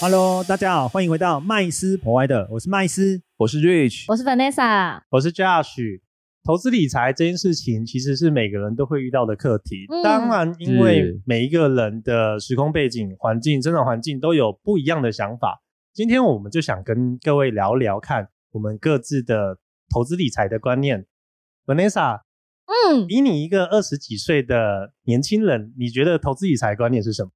Hello，大家好，欢迎回到麦斯 Provider，我是麦斯，我是 Rich，我是 Vanessa，我是 Josh。投资理财这件事情其实是每个人都会遇到的课题。嗯当然，因为是每一个人的时空背景、环境、生长环境都有不一样的想法。今天我们就想跟各位聊聊看我们各自的投资理财的观念。Vanessa，嗯，以你一个二十几岁的年轻人，你觉得投资理财观念是什么？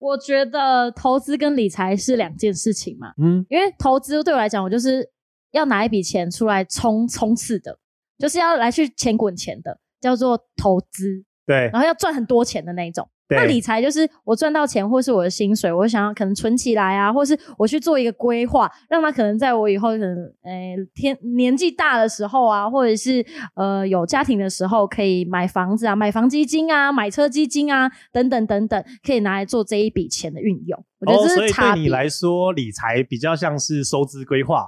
我觉得投资跟理财是两件事情嘛，嗯，因为投资对我来讲，我就是要拿一笔钱出来冲冲刺的，就是要来去钱滚钱的，叫做投资，对然后要赚很多钱的那一种。那理对财就是我赚到钱，或是我的薪水，我想要可能存起来啊，或是我去做一个规划，让它可能在我以后可能诶、天年纪大的时候啊，或者是呃有家庭的时候，可以买房子啊，买房基金啊，买车基金啊，等等等等，可以拿来做这一笔钱的运用。我觉哦，得所这以是差对你别。来说，理财比较像是收支规划。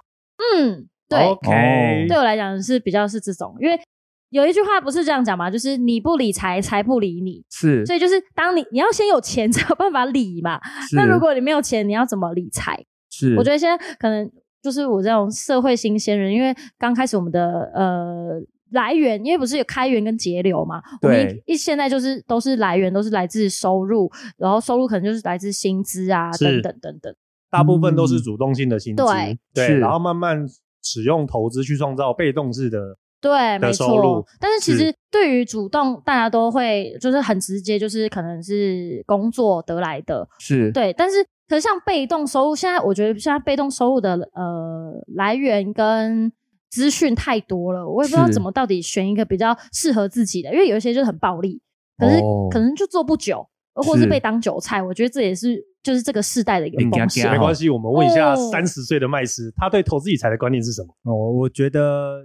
嗯，对哦 OK，对我来讲是比较是这种，因为有一句话不是这样讲嘛，就是你不理财，财不理你。是所以就是当你你要先有钱 才有办法理嘛。是那如果你没有钱，你要怎么理财？是，我觉得现在可能就是我这种社会新鲜人，因为刚开始我们的呃来源，因为不是有开源跟节流嘛，我们对一一现在就是都是来源都是来自收入，然后收入可能就是来自薪资啊是等等等等。大部分都是主动性的薪资，嗯对对，是然后慢慢使用投资去创造被动式的，对，没收入错。但是其是实对于主动，大家都会就是很直接，就是可能是工作得来的，是对，但是可是像被动收入，现在我觉得现在被动收入的呃来源跟资讯太多了，我也不知道是怎么到底选一个比较适合自己的，因为有一些就是很暴力，可是、哦可能就做不久，或是是被当韭菜，我觉得这也是就是这个世代的一个嗯风对险啊没。关系。我们问一下哦三十岁的麦斯，他对投资理财的观念是什么？哦，我觉得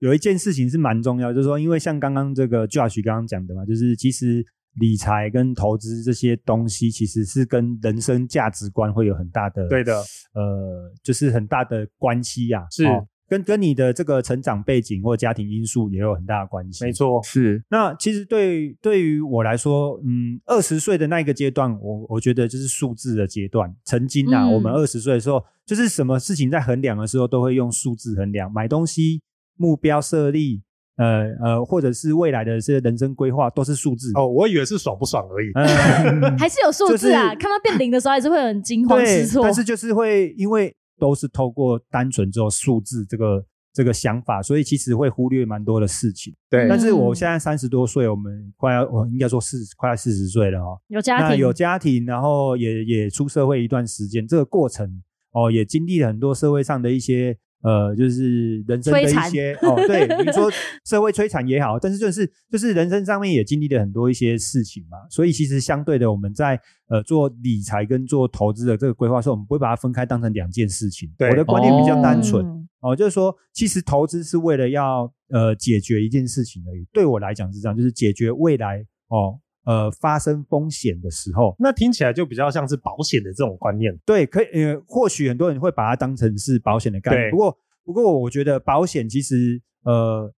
有一件事情是蛮重要，就是说，因为像刚刚这个 Josh 刚刚讲的嘛，就是其实理财跟投资这些东西，其实是跟人生价值观会有很大的对的，呃，就是很大的关系呀、是哦跟跟你的这个成长背景或家庭因素也有很大的关系，没。错，是那其实对对于我来说，嗯，二十岁的那一个阶段，我我觉得就是数字的阶段。曾经啊，嗯我们二十岁的时候，就是什么事情在衡量的时候，都会用数字衡量，买东西、目标设立，呃呃，或者是未来的这些人生规划，都是数字。哦，我以为是爽不爽而已。嗯还是有数字啊，就是看到变零的时候还是会很惊慌对失，措。但是就是会因为都是透过单纯只有数字这个这个想法，所以其实会忽略蛮多的事情。对但是我嗯现在三十多岁，我们快要我应该说四快要四十岁了哦。有家那庭有家庭，然后也也出社会一段时间，这个过程哦，也经历了很多社会上的一些呃，就是人生的摧一残些哦，对，你说社会摧残也好，但是就是就是人生上面也经历了很多一些事情嘛，所以其实相对的，我们在呃做理财跟做投资的这个规划的时候，我们不会把它分开当成两件事情。对我的观念比较单纯。嗯哦，就是说，其实投资是为了要呃解决一件事情而已。对我来讲是这样，就是解决未来哦呃发生风险的时候，那听起来就比较像是保险的这种观念。对，可以呃，或许很多人会把它当成是保险的概念。对不过不过我觉得保险其实呃，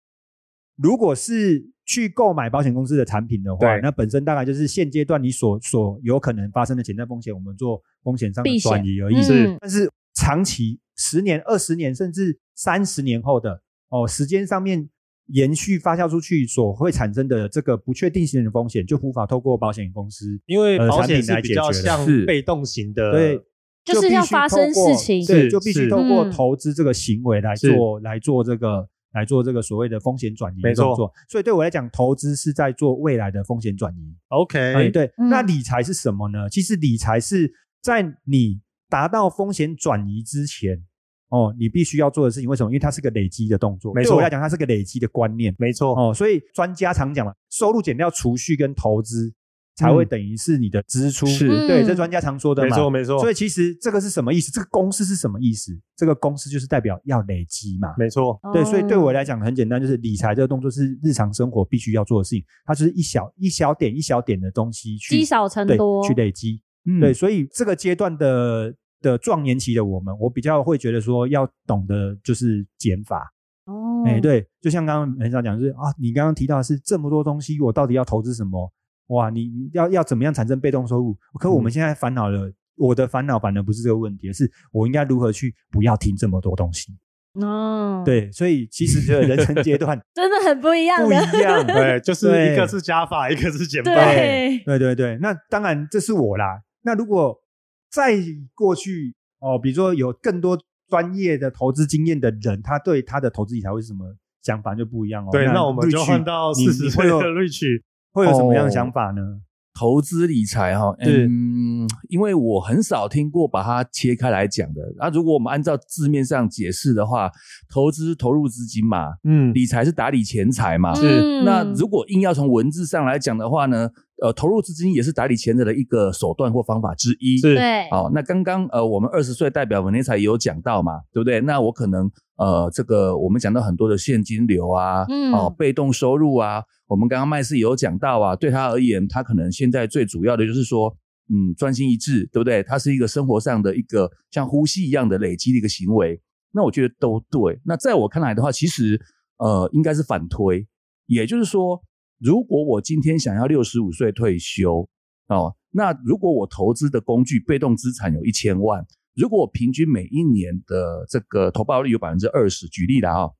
如果是去购买保险公司的产品的话，对那本身大概就是现阶段你所所有可能发生的潜在风险，我们做风险上避的险嗯转移而已。是但是长期十年、二十年甚至三十年后的哦，时间上面延续发酵出去所会产生的这个不确定性的风险，就无法透过保险公司。因为呃保险产品是来比解较决的像是被动型的，对，就是必须要发生透过事情对，是就必须是透过嗯投资这个行为来是做，来做这个，来做这个所谓的风险转移没的错动作。所以对我来讲，投资是在做未来的风险转移。哎， ，OK，对。嗯那理财是什么呢？其实理财是在你达到风险转移之前，哦，你必须要做的事情。为什么？因为它是个累积的动作。没对错我来讲，它是个累积的观念。哦没错，哦，所以专家常讲嘛，收入减掉储蓄跟投资，才会等于是你的支出。嗯是对，嗯这专家常说的没嘛。错没错，所以其实这个是什么意思？这个公式是什么意思？这个公式就是代表要累积嘛。没错，哦对，所以对我来，来讲很简单，就是理财这个动作是日常生活必须要做的事情，它就是一小一小点一小点的东西去积少成对多，去累积。嗯对，所以这个阶段的的壮年期的我们，我比较会觉得说要懂得就是减法。哦，哎、，对，就像刚刚很少讲，就是啊，你刚刚提到的是这么多东西，我到底要投资什么？哇，你你要要怎么样产生被动收入？可我们现在烦恼了，我的烦恼反而不是这个问题，而是我应该如何去不要听这么多东西。嗯，，对，所以其实这个人生阶段真的很不一样不的，一 样。对，就是对一个是加法，一个是减法，对，对对对，那当然这是我啦。那如果再过去哦，比如说有更多专业的投资经验的人，他对他的投资理财会是什么想法就不一样哦。对，那我们就 Rich，换到你四十你岁会的有 Rich，会有什么样的想法呢？投资理财哈，是嗯，因为我很少听过把它切开来讲的。那、如果我们按照字面上解释的话，投资是投入资金嘛，嗯，理财是打理钱财嘛。是嗯那如果硬要从文字上来讲的话呢，呃，投入资金也是打理钱财的一个手段或方法之一。是对，好、那刚刚呃，我们二十岁代表文内才也有讲到嘛，对不对？那我可能呃，这个我们讲到很多的现金流啊，嗯哦，被动收入啊，我们刚刚麦斯也有讲到啊，对他而言，他可能现在最主要的就是说，嗯，专心一致，对不对？它是一个生活上的一个像呼吸一样的累积的一个行为。那我觉得都对。那在我看来的话，其实呃，应该是反推，也就是说，如果我今天想要六十五岁退休，哦，那如果我投资的工具被动资产有一千万，如果我平均每一年的这个投报率有百分之二十，举例啦哈、哦，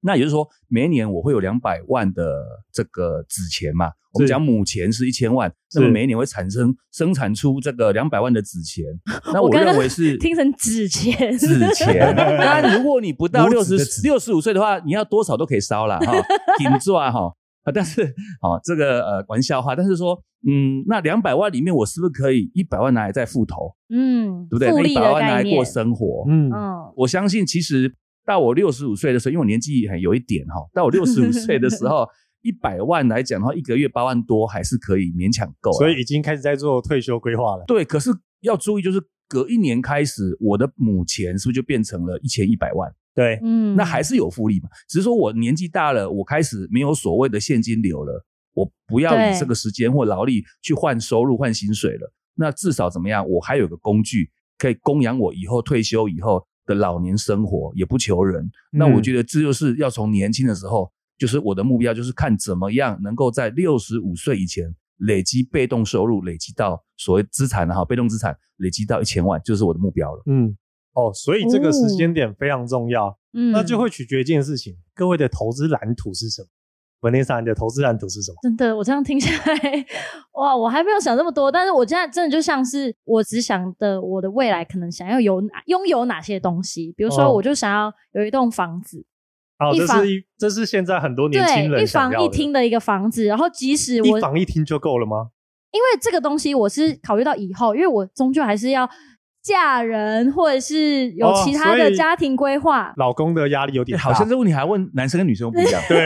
那也就是说每一年我会有两百万的这个子钱嘛，我们是讲母钱是一千万，那么是每一年会产生生产出这个两百万的子 钱，那我我刚刚认为是听成纸钱，纸 钱。那如果你不到拇六十指的指六十五岁的话，你要多少都可以烧了 哈，顶住啊哈。啊，但是哦，这个呃玩笑话，但是说，嗯，那两百万里面，我是不是可以一百万拿来再复投，嗯，对不对？复那利一百的万拿概来念过，生活。嗯，嗯，我相信，其实到我六十五岁的时候，因为我年纪很有一点哈，到我六十五岁的 时候，一百万来讲的话，一个月八万多还是可以勉强够啦。啊所以已经开始在做退休规划了。对，可是要注意，就是隔一年开始，我的母钱是不是就变成了一千一百万？对，嗯，那还是有复利嘛。只是说我年纪大了，我开始没有所谓的现金流了，我不要对以这个时间或劳力去换收入、换薪水了。那至少怎么样，我还有个工具可以供养我以后退休以后的老年生活，也不求人。那嗯我觉得这就是要从年轻的时候，就是我的目标就是看怎么样能够在六十五岁以前。累积被动收入，累积到所谓资产啊哈，被动资产累积到一千万，就是我的目标了。嗯，哦，所以这个时间点非常重要，哦嗯，那就会取决一件事情，各位的投资蓝图是什么 v a n e s a 你的投资蓝图是什么？真的，我这样听下来，哇，我还没有想这么多，但是我现在真的就像是我只想的我的未来可能想要有哪拥有哪些东西，比如说哦我就想要有一栋房子，哦，一这房是一这是现在很多年轻对，人一想房要一的厅的一个房子，然后即使我一房一厅就够了 吗？因为这个东西我是考虑到以后，因为我终究还是要嫁人，或者是有其他哦所的以家庭规划。 老公的压力哎有点大，好像这问题还问男生跟女生不一样。 对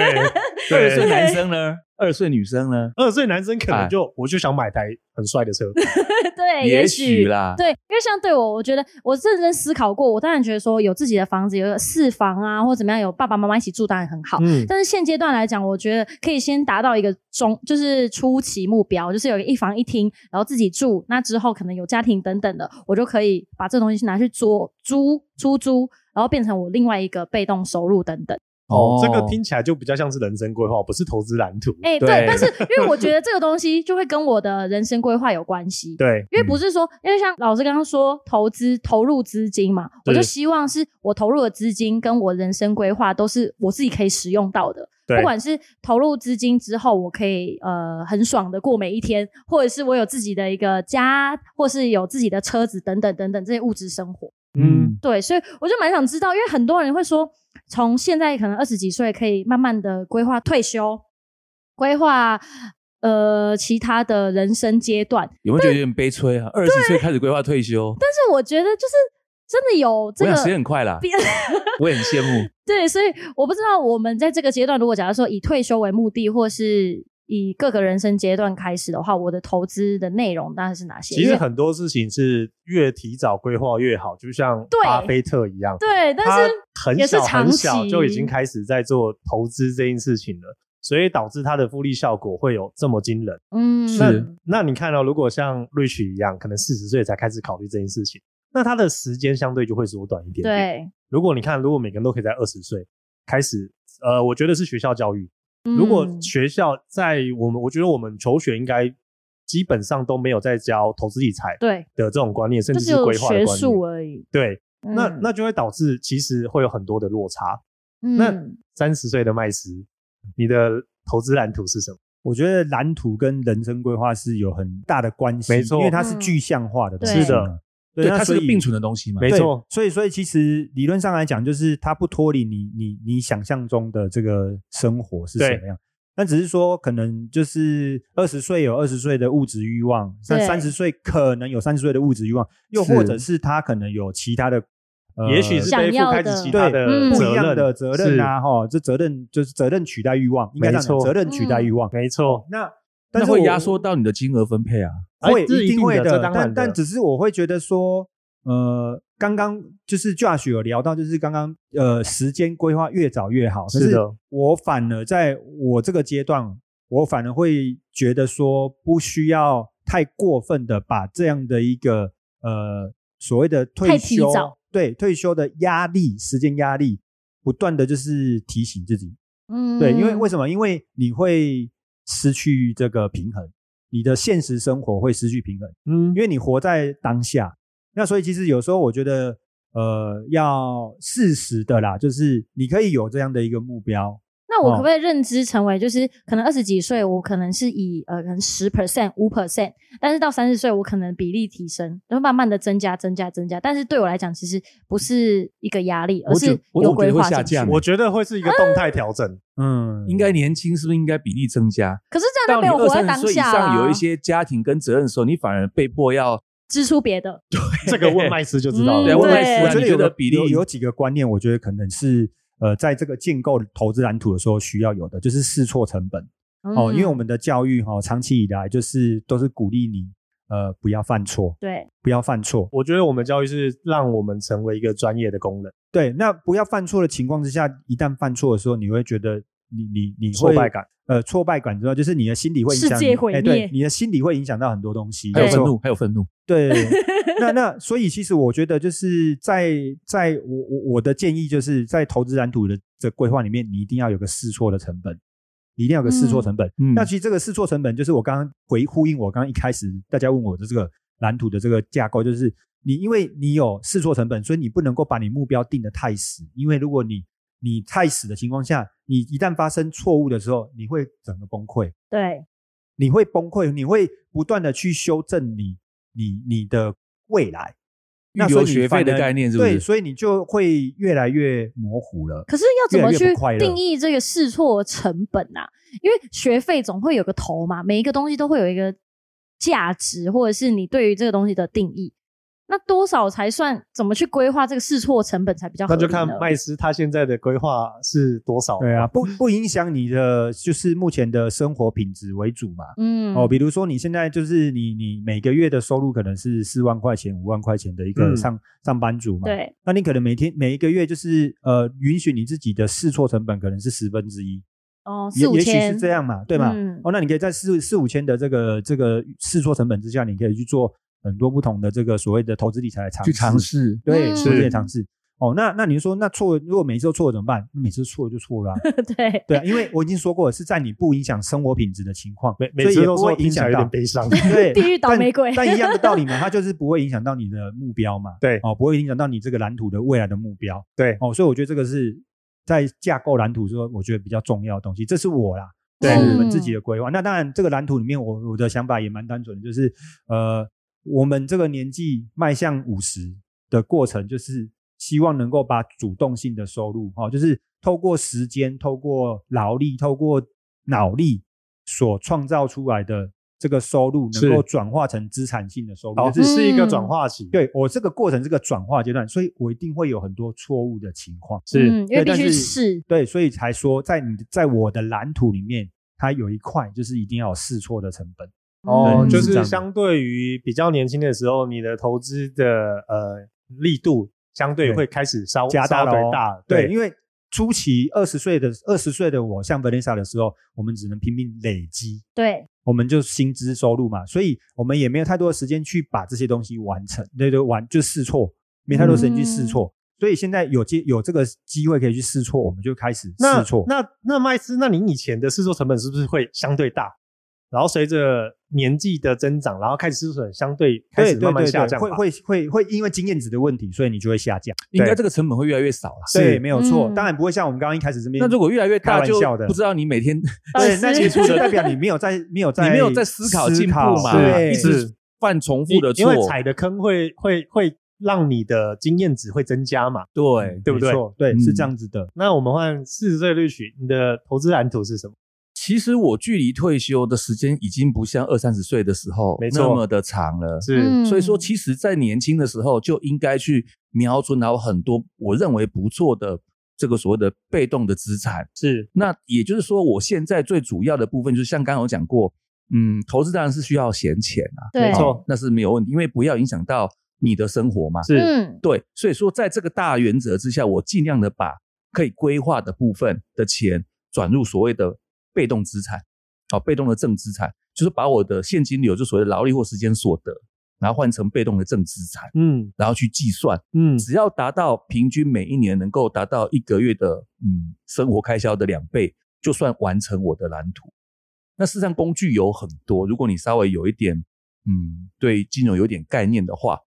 二岁对。男生呢？ 二岁女生呢？二十岁呃男生可能就我就想买台很帅的车，对，也哎许许啦，对，因为像对我，我觉得我认真思考过，我当然觉得说有自己的房子，有个四房啊，或怎么样，有爸爸妈妈一起住，当然很好。嗯，但是现阶段来讲，我觉得可以先达到一个中，就是初期目标，就是有一房一厅，然后自己住。那之后可能有家庭等等的，我就可以把这东西拿去做租、出租，然后变成我另外一个被动收入等等。 哦，这个听起来就比较像是人生规划，不是投资蓝图。哎、对，对但是因为我觉得这个东西就会跟我的人生规划有关系。对，因为不是说，因为像老师刚刚说投资投入资金嘛，我就希望是我投入的资金跟我人生规划都是我自己可以使用到的。对不管是投入资金之后，我可以呃很爽的过每一天，或者是我有自己的一个家，或是有自己的车子等等等等这些物质生活。嗯，对，所以我就蛮想知道，因为很多人会说，从现在可能二十几岁可以慢慢的规划退休，规划呃其他的人生阶段，有没有觉得有点悲催啊？二十岁开始规划退休，但是我觉得就是真的有这我想个时间 很快啦，比我也很羡慕。对，所以我不知道我们在这个阶段，如果假如说以退休为目的，或是以各个人生阶段开始的话，我的投资的内容大概是哪些？其因实为很多事情是越提早规划越好，就像对巴菲特一样，对，但是他很也是小长很小期就已经开始在做投资这件事情了，所以导致它的复利效果会有这么惊人。嗯，是那你看到、如果像 Rich 一样，可能四十岁才开始考虑这件事情，那他的时间相对就会缩短一点点。对。如果你看，如果每个人都可以在二十岁开始，呃，我觉得是学校教育。嗯如果学校在我们，我觉得我们求学应该基本上都没有在教投资理财对，的这种观念，甚就至是是有规划的学观术念。而已。对，那嗯那就会导致其实会有很多的落差。那嗯，三十岁的麦斯，你的投资蓝图是什么？我觉得蓝图跟人生规划是有很大的关系，没错因为它是嗯具象化的东西对嘛，是的 对，对，它那是所个以并存的东西嘛。没对错，所以所以其实理论上来讲，就是它不脱离你你你想象中的这个生活是什么样。那只是说，可能就是二十岁有二十岁的物质欲望，那对三十岁可能有三十岁的物质欲望，又是或者是他可能有其他的，呃、也许是想背负要开始的其他对的嗯不责一任样的责任啊，哈，这责任就是责任取代欲望，应该这样没讲，错嗯责任取代欲望。是没错，那但那是会我压缩到你的金额分配啊。哎会、这一定会的，这当然但的但只是我会觉得说，呃，刚刚就是 Josh 有聊到，就是刚刚呃时间规划越早越好，可是的我反而在我这个阶段，我反而会觉得说，不需要太过分的把这样的一个呃所谓的退太提休早对退休的压力、时间压力，不断的就是提醒自己，嗯，对，因为为什么？因为你会失去这个平衡，你的现实生活会失去平衡，嗯因为你活在当下。那所以其实有时候我觉得，呃，要适时的啦，就是你可以有这样的一个目标，那我哦可不可以认知成为，就是可能二十几岁，我可能是以呃可能十 percent、五 percent，但是到三十岁，我可能比例提升，然后慢慢的增加、增加、增加。但是对我来讲，其实不是一个压力，而我觉呃是我有我觉规得会划下进去。降，我觉得会是一个动态调整。嗯，应该年轻是不是应该比例增加？可是这样到就你没有二活三在当十岁以下上，啊有一些家庭跟责任的时候，你反而被迫要支出别的，这个问麦斯就知道嗯了。对我问对麦斯我啊，觉你得觉有得个比例有有几个观念，我觉得可能是呃，在这个建构投资蓝图的时候需要有的，就是试错成本哦，嗯因为我们的教育哈、哦，长期以来就是都是鼓励你呃不要犯错，对不要犯错，我觉得我们教育是让我们成为一个专业的工人，对，那不要犯错的情况之下，一旦犯错的时候，你会觉得你你你挫会败，感。呃，挫败感之后，就是你的心理会影世响界你毁哎灭对，你的心理会影响到很多东西，还有没愤错怒，还有愤怒。对，那那所以其实我觉得就是在在我我我的建议就是在投资蓝图的这规划里面，你一定要有个试错的成本，你一定要有个试错成本。嗯那其实这个试错成本就是我刚刚回呼应我刚刚一开始大家问我的这个蓝图的这个架构，就是你因为你有试错成本，所以你不能够把你目标定得太死，因为如果你你太死的情况下，你一旦发生错误的时候，你会整个崩溃。对，你会崩溃，你会不断的去修正你你你的未来。预留那所以你学费的反而概念是不是对，所以你就会越来越模糊了。可是要怎么越来去越不快乐定义这个试错成本啊？因为学费总会有个头嘛，每一个东西都会有一个价值，或者是你对于这个东西的定义。那多少才算？怎么去规划这个试错成本才比较合那理呢？就看麦斯他现在的规划是多少。对啊，，不不影响你的就是目前的生活品质为主嘛。嗯哦，比如说你现在就是你你每个月的收入可能是四万块钱、五万块钱的一个嗯上、上班族嘛，，对，那你可能每天每一个月就是呃允许你自己的试错成本可能是十分之一，哦，四也五也许千是这样嘛，对嘛？嗯哦，那你可以在四四五千的这个这个试错成本之下，你可以去做很多不同的这个所谓的投资理财的尝去尝试，试，对，嗯做这是些尝试。哦，那那你说，那错如果每次都错了怎么办？每次错了就错了、啊，对，对啊，因为我已经说过，是在你不影响生活品质的情况，每所每以次也都不说会听影起来响有到点。悲 伤。对，地狱倒但霉鬼但一样的道理嘛，它就是不会影响到你的目标嘛，对哦，不会影响到你这个蓝图的未来的目标，对哦，所以我觉得这个是在架构蓝图说，我觉得比较重要的东西，这是我啦，对是嗯我们自己的规划。那当然，这个蓝图里面我，我的想法也蛮单纯的，就是呃，我们这个年纪迈向五十的过程，就是希望能够把主动性的收入，哦，就是透过时间、透过劳力、透过脑力所创造出来的这个收入，是能够转化成资产性的收入，好，就嗯只是。是一个转化期。对我这个过程，这个转化阶段，所以我一定会有很多错误的情况。是嗯，因为对必但须是试，对，所以才说在你在我的蓝图里面，它有一块就是一定要有试错的成本。哦，对就是嗯这是样相对于比较年轻的时候，你的投资的呃力度相对会开始稍加稍大了微哦大，对，因为初期二十岁的二十岁的我，像 Vanessa 的时候，我们只能拼命累积，对，我们就薪资收入嘛，所以我们也没有太多的时间去把这些东西完成，对对，完就试错，没太多时间去试嗯错。所以现在有机有这个机会可以去试错，我们就开始那试错。那那麦斯，那你以前的试错成本是不是会相对大？然后随着年纪的增长，然后开始试错成本相对开对始对慢慢对下对，降会吧会会会因为经验值的问题，所以你就会下降。应该这个成本会越来越少了。对，没有错。嗯当然不会像我们刚刚一开始这边，那如果越来越开大，玩就笑的不知道你每天对，那是你出就代 表你没有在没有在你没有在思考进步嘛，思考对一是直犯重复因的因错，为踩的坑会会会让你的经验值会增加嘛，对对不对没？错对，嗯是这样子的。那我们换四十岁录取，你的投资蓝图是什么？其实我距离退休的时间已经不像二三十岁的时候没错那么的长了，是、嗯所以说，其实，在年轻的时候就应该去瞄准好很多我认为不错的这个所谓的被动的资产。是，那也就是说，我现在最主要的部分就是像刚刚有讲过，嗯，投资当然是需要闲钱啊，对没错，那是没有问题，因为不要影响到你的生活嘛。是、嗯对，所以说在这个大原则之下，我尽量的把可以规划的部分的钱转入所谓的被动资产，哦，被动的正资产，就是把我的现金流，就所谓的劳力或时间所得，然后换成被动的正资产，嗯然后去计算，嗯，只要达到平均每一年能够达到一个月的嗯生活开销的两倍，就算完成我的蓝图。那事实上工具有很多，如果你稍微有一点嗯对金融有点概念的话，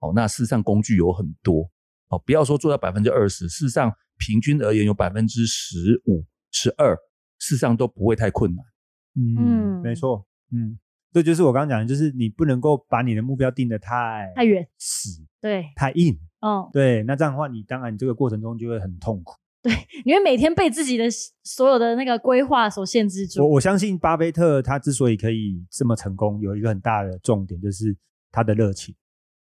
哦，那事实上工具有很多哦，不要说做到百分之二十，事实上平均而言有百分之十五、十二，事实上都不会太困难。嗯没错，嗯，这就是我刚刚讲的，就是你不能够把你的目标定得太太远，死、对，太硬。嗯，对，那这样的话，你当然这个过程中就会很痛苦。你会每天被自己的所有的那个规划所限制我住，我相信巴菲特他之所以可以这么成功，有一个很大的重点就是他的热情。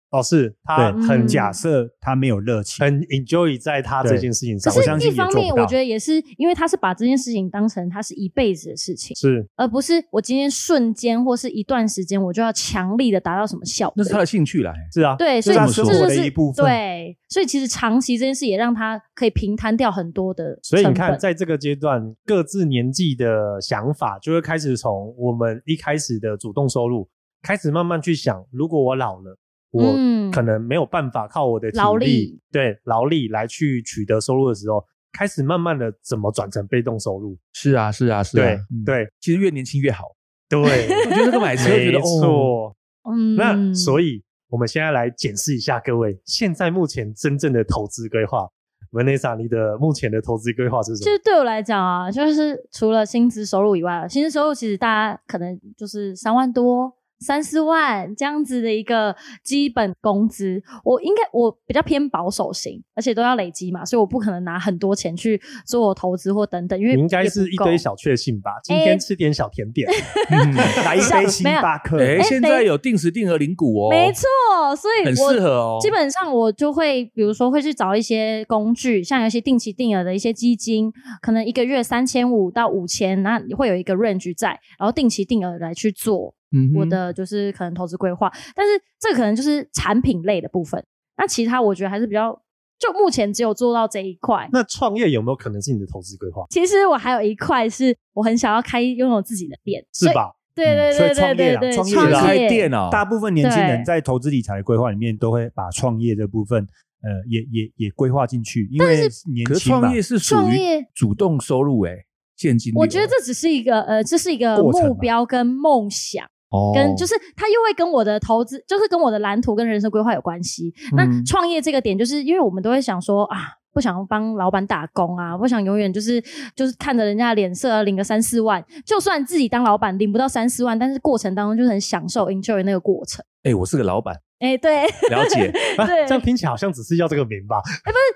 哦，是他啊对，很嗯假设他没有热情，很 enjoy 在他这对件事情可上，我相是，一信也方做面，不我到觉得也是因为他是把这件事情当成他是一辈子的事情，是而不是我今天瞬间或是一段时间我就要强力的达到什么效那果是。他的兴趣来，是啊，对，所以这这是就生活的是一部分对，所以其实长期这件事也让他可以平摊掉很多的所成本。以你看，在这个阶段，各自年纪的想法就会开始从我们一开始的主动收入，开始慢慢去想，如果我老了，我嗯可能没有办法靠我的体劳力力，对劳力来去取得收入的时候，开始慢慢的怎么转成被动收入？是啊，是啊，是对啊。嗯对其实越年轻越好，对， 我觉得这个买车觉得没哦，错。嗯，那所以以，我们现在来检视一下各位现在目前真正的投资规划。Vanessa，你的目前的投资规划是什其么？实对我来讲啊，就是除了薪资收入以外，啊薪资收入其实大家可能就是三万多。三四万这样子的一个基本工资，我应该我比较偏保守型，而且都要累积嘛，所以我不可能拿很多钱去做投资或等等，因为你应该也是不一够堆小确幸吧？今天哎吃点小甜 点，嗯来一杯星巴克，哎，哎现等在有定时定额领股哦，没错，所以很我适合哦。基本上我就会，比如说会去找一些工具，像有一些定期定额的一些基金，可能一个月三千五到五千，那会有一个 range 在，然后定期定额来去做嗯哼我的就是可能投资规划。但是这可能就是产品类的部分，那其他我觉得还是比较，就目前只有做到这一块。那创业有没有可能是你的投资规划？其实我还有一块是我很想要开拥有自己的店，是所以？吧？对对嗯所以对对创业对啦对，创业创啦开店哦，大部分年轻人对在投资理财的规划里面，都会把创业这部分，呃，也也也规划进去，因为年可是轻嘛创。业是属创于业主动收入哎、现金流。我觉得这只是一个呃，这是一个过程嘛目标跟梦想。哦跟就是它又会跟我的投资，就是跟我的蓝图跟人生规划有关系。那创业这个点，就是因为我们都会想说啊。不想帮老板打工啊！不想永远就是就是看着人家的脸色啊领个三四万，就算自己当老板领不到三四万，但是过程当中就是很享受 enjoy 那个过程。哎、我是个老板，哎、对，了解 啊对这样听起来好像只是要这个名吧？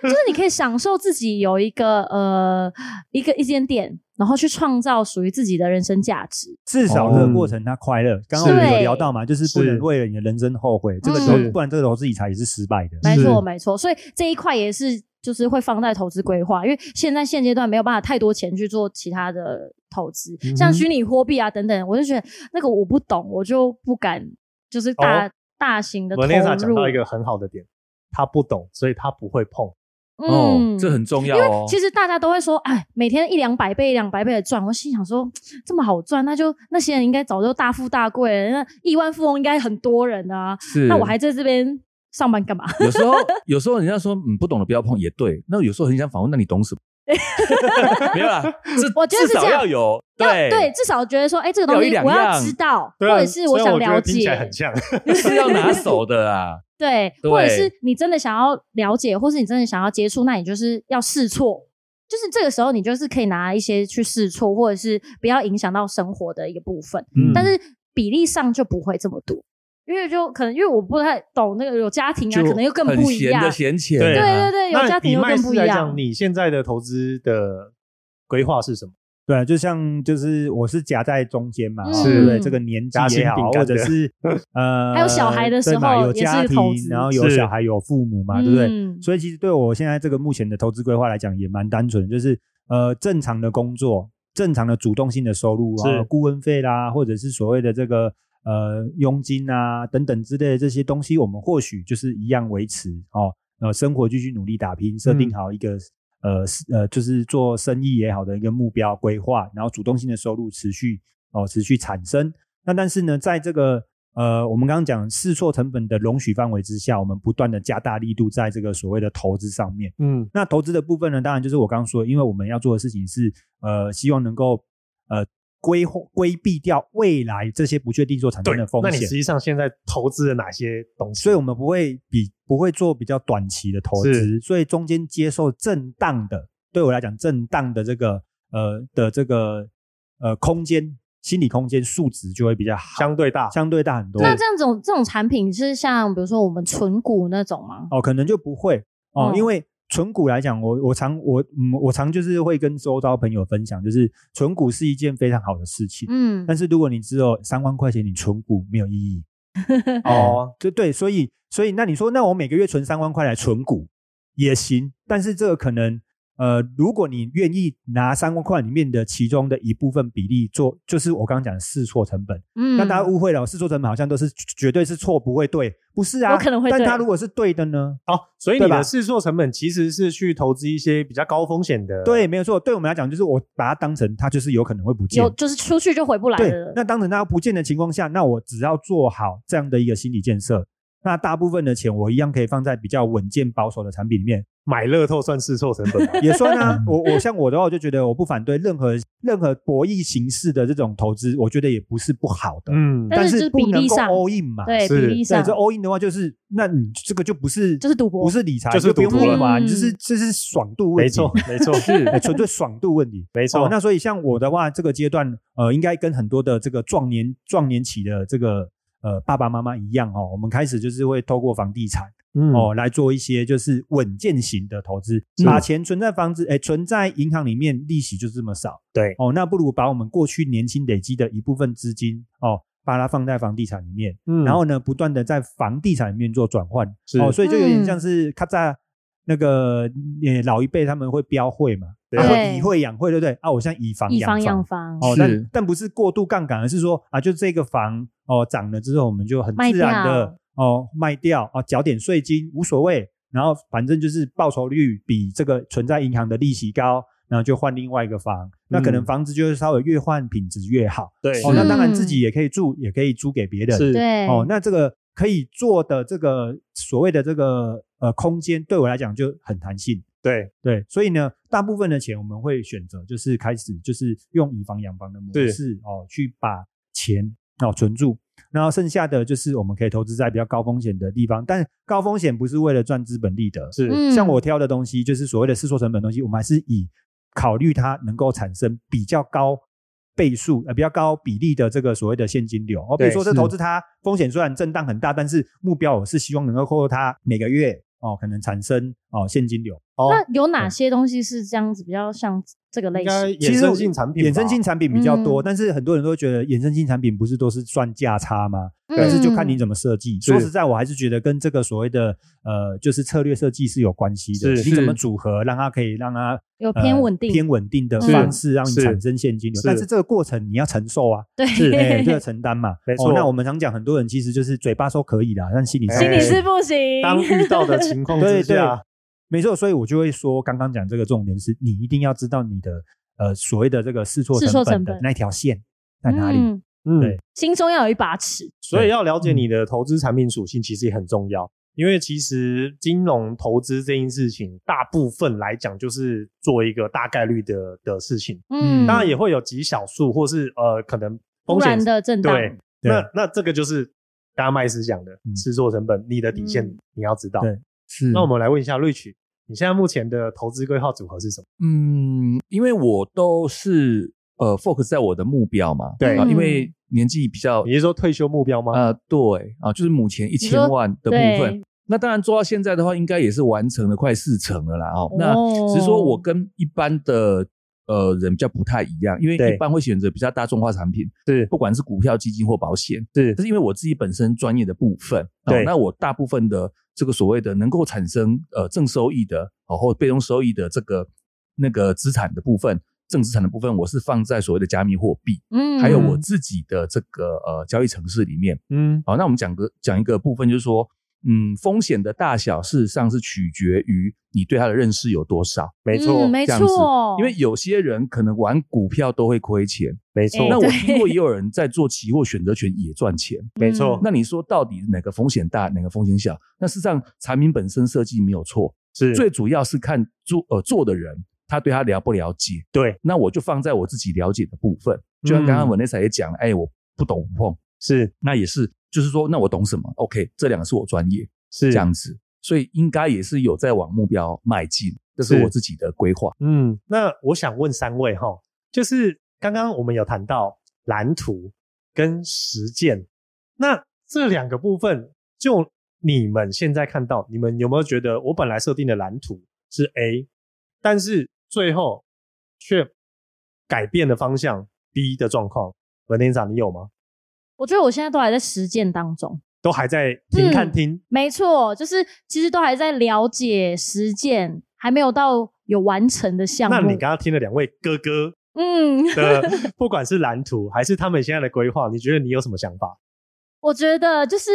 就是你可以享受自己有一个呃一个一间店，然后去创造属于自己的人生价值。至少这个过程他快哦乐。刚刚我们有聊到嘛，就是不能为了你的人生后悔，这个投是不然这个投资理财也是失败的。没是错，没错，所以这一块也是就是会放在投资规划，因为现在现阶段没有办法太多钱去做其他的投资，嗯哼像虚拟货币啊等等，我就觉得那个我不懂，我就不敢就是大、哦大型的投文入。丽莎讲到一个很好的点，他不懂，所以他不会碰。哦，这很重要嗯因哦为。其实大家都会说，哎，每天一两百倍、两百倍的赚，我心想说，这么好赚，那就那些人应该早就大富大贵了，那亿万富翁应该很多人啊，是，那我还在这边上班干嘛？ 有时候有时候人家说嗯不懂的不要碰也对，那有时候很想反问，那你懂 什么？没有啦，至我觉得至是少这样要有要对对，至少觉得说，哎，这个东要有一西两我要样知道，对啊或者是虽然想我觉得了听起来解很，像，是要拿手的 啊。对，对或者是你真的想要了解，或是你真的想要接触，那你就是要试错。就是这个时候，你就是可以拿一些去试错，或者是不要影响到生活的一个部分。嗯但是比例上就不会这么多，因为就可能因为我不太懂那个有家庭啊，就可能又更很不一闲样。的闲钱，对对对啊，对，有那家庭以又麦更不斯一来样讲，。你现在的投资的规划是什么？对，啊就像就是我是夹在中间嘛，嗯对不对？这个年纪也夹好，或心饼干的者是呃，还有小孩的时候对嘛有家也是投资庭，然后有是小孩有父母嘛，对不对？嗯所以其实对我现在这个目前的投资规划来讲，也蛮单纯，就是呃正常的工作，正常的主动性的收入啊，是然后顾问费啦，或者是所谓的这个呃佣金啊等等之类的这些东西，我们或许就是一样维持哦，呃生活继续努力打拼，设定好一个。呃是呃，就是做生意也好的一个目标规划，然后主动性的收入持续哦、持续产生。那但是呢，在这个呃我们刚刚讲试错成本的容许范围之下，我们不断的加大力度在这个所谓的投资上面。嗯，那投资的部分呢，当然就是我刚刚说的，因为我们要做的事情是呃希望能够呃规划规避掉未来这些不确定所产对生的风那你险实。际上现在投资了哪些东西？所以我们不会比不会做比较短期的投资，是所以中间接受震荡的，对我来讲震荡的这个呃的这个呃空间心理空间数值就会比较好，相对大，相对大很多。那这样种这种产品是像比如说我们纯股那种吗？哦，可能就不会哦，嗯因为纯股来讲，我我常我嗯我常就是会跟周遭朋友分享，就是纯股是一件非常好的事情，嗯，但是如果你只有三万块钱，你存股没有意义。哦，就对，所以所以那你说，那我每个月存三万块来存股也行，但是这个可能呃，如果你愿意拿三万块里面的其中的一部分比例做，就是我刚刚讲的试错成本，嗯那大家误会了，试错成本好像都是绝对是错不会对，不是啊？有可能会但对它如果是对的呢？哦，所以对你吧的试错成本其实是去投资一些比较高风险的，对，，没有错。对我们来讲，就是我把它当成它就是有可能会不见有，就是出去就回不来对了，。那当成它不见的情况下，那我只要做好这样的一个心理建设，那大部分的钱我一样可以放在比较稳健保守的产品里 面，？买乐透算试错成本吗 也算啊。我我像我的话，我就觉得我不反对任何任何博弈形式的这种投资，我觉得也不是不好的，嗯，但但是就是不比能例够上 all in 嘛。对，比是例对，上这 all in 的话，就是那你这个就不是就是赌博不是理财，就是不用赌博理了嘛，你就是嗯就是爽度问没题，错，没错， 是，哎，纯粹爽度问题。没哦错，。那所以像我的话，这个阶段，呃，应该跟很多的这个壮年壮年期的这个呃爸爸妈妈一样哦，我们开始就是会透过房地产、嗯哦来做一些就是稳健型的投资，是把钱存在房子，哎，存在银行里面利息就是这么少对，哦，那不如把我们过去年轻累积的一部分资金哦，把它放在房地产里面，嗯然后呢，不断的在房地产里面做转换是哦，所以就有点嗯像是咔嚓。那个呃老一辈他们会标会嘛，对啊会以会养会，对不对？啊，我现在以房以养房房养，房，哦，是但但不是过度杠杆，而是说啊，就这个房哦涨了之后，我们就很卖自然的掉哦卖掉哦，缴点税金无所谓，然后反正就是报酬率比这个存在银行的利息高，然后就换另外一个房，那可能嗯房子就是稍微越换品质越好啊对哦，那当然嗯自己也可以住，也可以租给别人，是，对哦，那这个可以做的这个所谓的这个呃空间，对我来讲就很弹性。对，对，所以呢，大部分的钱我们会选择就是开始就是用以房养房的模对式哦，去把钱哦存住，然后剩下的就是我们可以投资在比较高风险的地方，但高风险不是为了赚资本利得，是，嗯像我挑的东西就是所谓的试错成本的东西，我们还是以考虑它能够产生比较高。倍数呃比较高比例的这个所谓的现金流哦，比如对说这是投资它风险虽然震荡很大，但是目标我是希望能够靠它每个月哦可能产生哦现金流哦，那有哪些东西是这样子比较像这个类应该型？其衍实生性产品吧，衍生性产品比较多，嗯但是很多人都觉得衍生性产品不是都是算价差吗？但嗯是就看嗯你怎么设计。说实在，我还是觉得跟这个所谓的呃，就是策略设计是有关系的。是你怎是么组合，让它可以让它有呃偏稳定，偏稳定的嗯方式，让你是产生现金流。是但是这个过程你要承受 啊，对，是哎，这个承担嘛。没哦错那我们常讲，很多人其实就是嘴巴说可以啦，但心里是心里哎是不行。当遇到的情况之对对下，，没错。所以我就会说，刚刚讲这个重点是你一定要知道你的呃所谓的这个试错试错成本本的那条线在哪里。嗯嗯对，心中要有一把尺。所以要了解嗯你的投资产品属性，其实也很重要。因为其实金融投资这件事情，大部分来讲就是做一个大概率的的事情，嗯，当然也会有极少数，或是呃可能风突然险。的震荡。对对那那这个就是刚刚麦斯讲的嗯试错成本，你的底线嗯你要知道。对是那我们来问一下瑞曲，你现在目前的投资规划组合是什么？嗯，因为我都是呃 focus 在我的目标嘛，对啊，因嗯为年纪比较你是说退休目标吗？呃对啊，就是目前一千万的部分对。那当然做到现在的话，应该也是完成了快四成了啦哦。那哦只是说我跟一般的呃人比较不太一样，因为对一般会选择比较大众化产品，是不管是股票、基金或保险。是但是因为我自己本身专业的部分，哦对那我大部分的这个所谓的能够产生呃正收益的，哦或被动收益的这个那个资产的部分，正资产的部分，我是放在所谓的加密货币，嗯，还有我自己的这个呃交易城市里面。嗯，好，那我们讲个讲一个部分，就是说，嗯，风险的大小事实上是取决于你对它的认识有多少，没错嗯，没这样子错，因为有些人可能玩股票都会亏钱，没错哎，那我对听过也有人在做期货选择权也赚钱。没错嗯那你说到底哪个风险大，哪个风险小？那事实上，产品本身设计没有错，是最主要是看做呃做的人他对他了不了解。对，那我就放在我自己了解的部分，就像刚刚嗯 Vanessa 也讲了，哎，我不懂不碰，是那也是，就是说，那我懂什么？OK，这两个是我专业，是这样子，所以应该也是有在往目标迈进，这是是我自己的规划。嗯，那我想问三位哈，就是刚刚我们有谈到蓝图跟实践，那这两个部分，就你们现在看到，你们有没有觉得我本来设定的蓝图是 A，但是最后却改变了方向 B 的状况？文店长，你有吗？我觉得我现在都还在实践当中。都还在听看嗯听，没错，就是其实都还在了解实践，还没有到有完成的项目。那你刚刚听了两位哥哥嗯，的，不管是蓝图还是他们现在的规划，你觉得你有什么想法？我觉得就是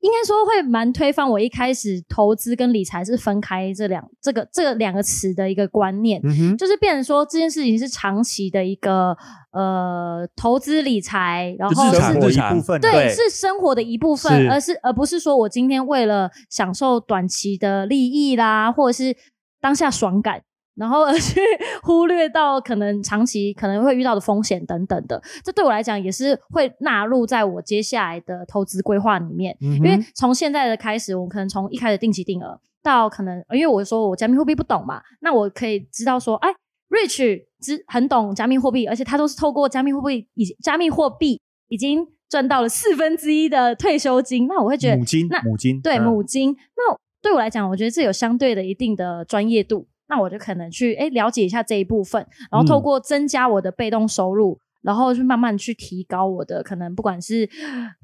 应该说会蛮推翻我一开始投资跟理财是分开这两这个这个两个词的一个观念。嗯哼，就是变成说这件事情是长期的一个呃投资理财，然后日生常是活日常一部分啊，对，是生活的一部分，是而是而不是说我今天为了享受短期的利益啦，或者是当下爽感，然后而去 忽略到可能长期可能会遇到的风险等等的。这对我来讲也是会纳入在我接下来的投资规划里面。因因嗯为从现在的开始，我可能从一开始定期定额到可能，因为我说我加密货币不懂嘛，那我可以知道说，哎，Rich 知很懂加密货币，而且他都是透过加密货币以加密货币已经赚到了四分之一的退休金，那我会觉得母金那母金对嗯母金，那对我来讲，我觉得这有相对的一定的专业度，那我就可能去哎了解一下这一部分，然后嗯透过增加我的被动收入，然后去慢慢去提高我的可能不管是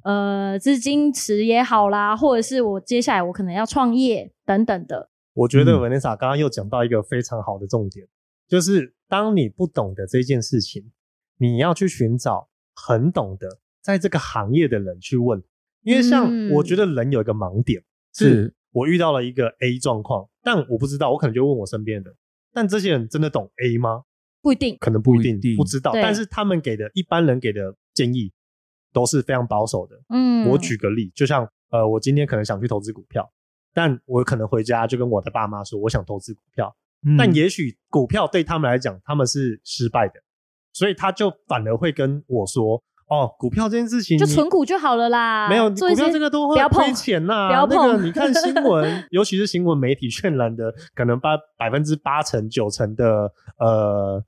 呃资金池也好啦，或者是我接下来我可能要创业等等的，我觉得嗯 Vanessa 刚刚又讲到一个非常好的重点，就是当你不懂得这件事情，你要去寻找很懂得在这个行业的人去问，因为像嗯我觉得人有一个盲点，是我遇到了一个 A 状况，但我不知道，我可能就问我身边的人，但这些人真的懂 A 吗？不一定。可能不一不一定，定不知道。对但是他们给的一般人给的建议都是非常保守的，嗯，我举个例，就像呃，我今天可能想去投资股票，但我可能回家就跟我的爸妈说，我想投资股票，但也许股票对他们来讲，他们是失败的，所以他就反而会跟我说，哦，股票这件事情就你存股就好了啦，没有股做一票些这个都不会要碰亏钱呐、不要碰那个你看新闻，尤其是新闻媒体渲染的，可能八百分之八成九成的呃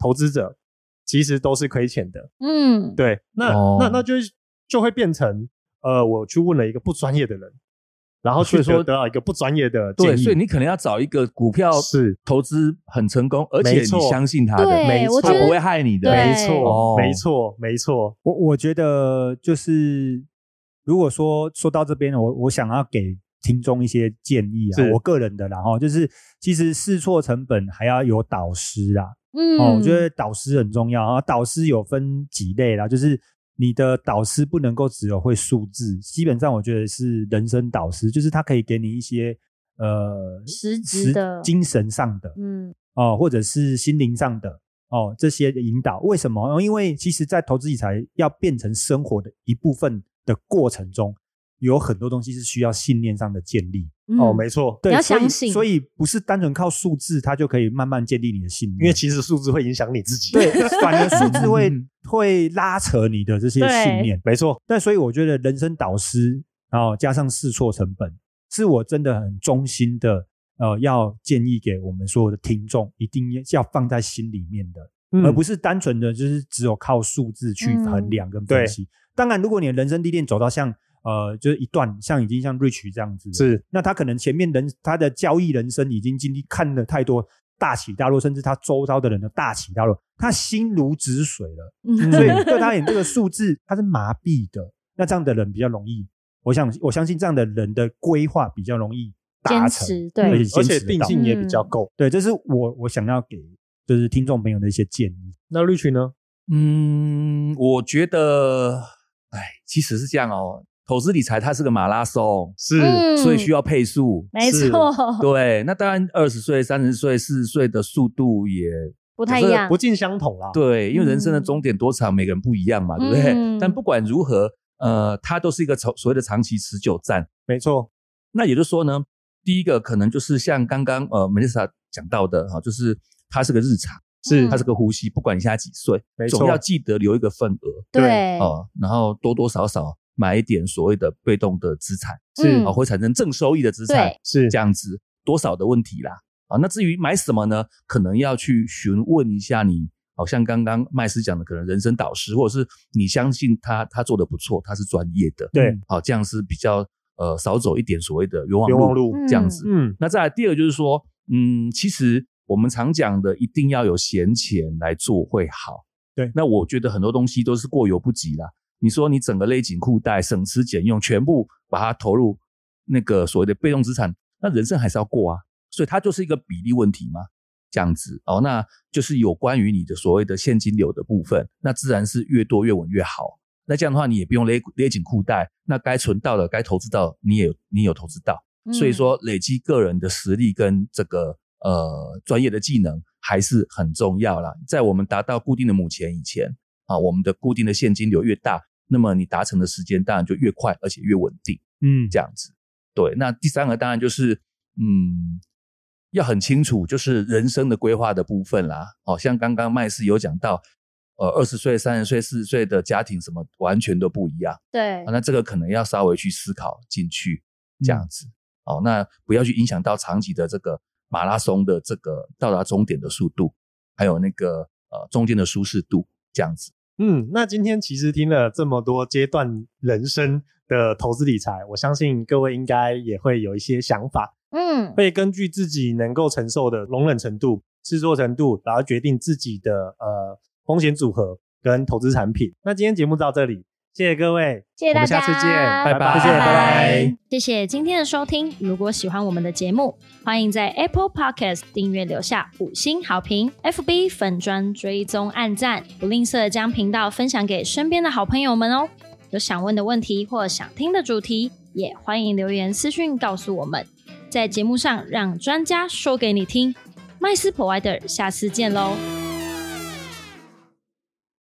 投资者其实都是亏钱的。嗯，对，那、哦那那就会就会变成呃，我去问了一个不专业的人，然后去所以说得到一个不专业的建对，议。所以你可能要找一个股票是投资很成功，而且没你错相信它的，对没错我它觉不会得害你的。对没错哦，没错，没错，我我觉得就是，如果说说到这边，我我想要给听众一些建议啊是，我个人的啦，然后就是其实试错成本还要有导师啦，嗯，哦，我觉得导师很重要啊。导师有分几类啦，就是你的导师不能够只有会数字，基本上我觉得是人生导师，就是他可以给你一些呃实质的精神上的嗯哦，或者是心灵上的哦这些的引导。为什么？哦因为其实，在投资理财要变成生活的一部分的过程中，有很多东西是需要信念上的建立。哦，嗯没错，对，要所以相信所以不是单纯靠数字，它就可以慢慢建立你的信念，因为其实数字会影响你自己。对，反而数字会嗯会拉扯你的这些对信念。没错，但所以我觉得人生导师，然后加上试错成本，是我真的很衷心的，呃，要建议给我们所有的听众，一定要放在心里面的，而不嗯是是单纯的就是只有靠数字去嗯衡量跟分析。当然，如果你的人生历练走到像呃，就是一段像已经像 Rich 这样子，是那他可能前面人他的交易人生已经经历看了太多大起大落，甚至他周遭的人的大起大落，他心如止水了，嗯所以对他而言这个数字他是麻痹的。那这样的人比较容易，我想我相信这样的人的规划比较容易达坚成，持而对且而坚且持得定到性也比嗯较够。对，这是我我想要给就是听众朋友的一些建议。那绿群呢？嗯，我觉得，哎，其实是这样哦。投资理财它是个马拉松，是嗯所以需要配速。没是错， 对，那当然，二十岁、三十岁、四十岁的速度也不太一这样不，尽相同啦。，对，因为人生的嗯终点多长，每个人不一样嘛，对不对？嗯但不管如何，呃，它都是一个长所谓的长期持久战。没错，那也就是说呢，第一个可能就是像刚刚呃 Melissa 讲到的哈、就是它是个日常，是嗯它是个呼吸，不管你现在几岁没，错总要记得留一个份额对，哦，然后多多少少买一点所谓的被动的资产，是嗯啊、会产生正收益的资产对，是这样子多少的问题啦。啊，那至于买什么呢？可能要去询问一下你，好像刚刚麦斯讲的，可能人生导师，或者是你相信他，他做的不错，他是专业的，对嗯好、这样是比较呃少走一点所谓的冤枉冤枉路。嗯这样子。嗯，那再来第二个就是说，嗯，其实我们常讲的，一定要有闲钱来做会好。对那我觉得很多东西都是过犹不及啦。你说你整个勒紧裤带，省吃俭用，全部把它投入那个所谓的被动资产，那人生还是要过啊。所以它就是一个比例问题嘛，这样子哦，那就是有关于你的所谓的现金流的部分，那自然是越多越稳越好。那这样的话，你也不用勒勒紧裤带，那该存到的、该投资到的，你也有你也有投资到。所以嗯说累积个人的实力跟这个呃专业的技能还是很重要啦。在我们达到固定的母钱以前啊，我们的固定的现金流越大，那么你达成的时间当然就越快，而且越稳定。嗯，这样子。对，那第三个当然就是，嗯，要很清楚，就是人生的规划的部分啦。哦，像刚刚麦斯有讲到，呃，二十岁、三十岁、四十岁的家庭什么完全都不一样、对啊，那这个可能要稍微去思考进去，这样子。哦，那不要去影响到长期的这个马拉松的这个到达终点的速度，还有那个呃中间的舒适度，这样子。嗯，那今天其实听了这么多阶段人生的投资理财，我相信各位应该也会有一些想法，嗯会根据自己能够承受的容忍程度、制作程度，然后决定自己的呃风险组合跟投资产品。那今天节目到这里，谢谢各位，谢谢大家我们下次见，拜拜谢谢，拜拜。谢谢今天的收听。如果喜欢我们的节目，欢迎在 Apple Podcast 订阅留下五星好评，FB 粉砖追踪按赞，不吝啬将频道分享给身边的好朋友们哦。有想问的问题或想听的主题，也欢迎留言私讯告诉我们，在节目上让专家说给你听。麦斯 Provider，下次见喽。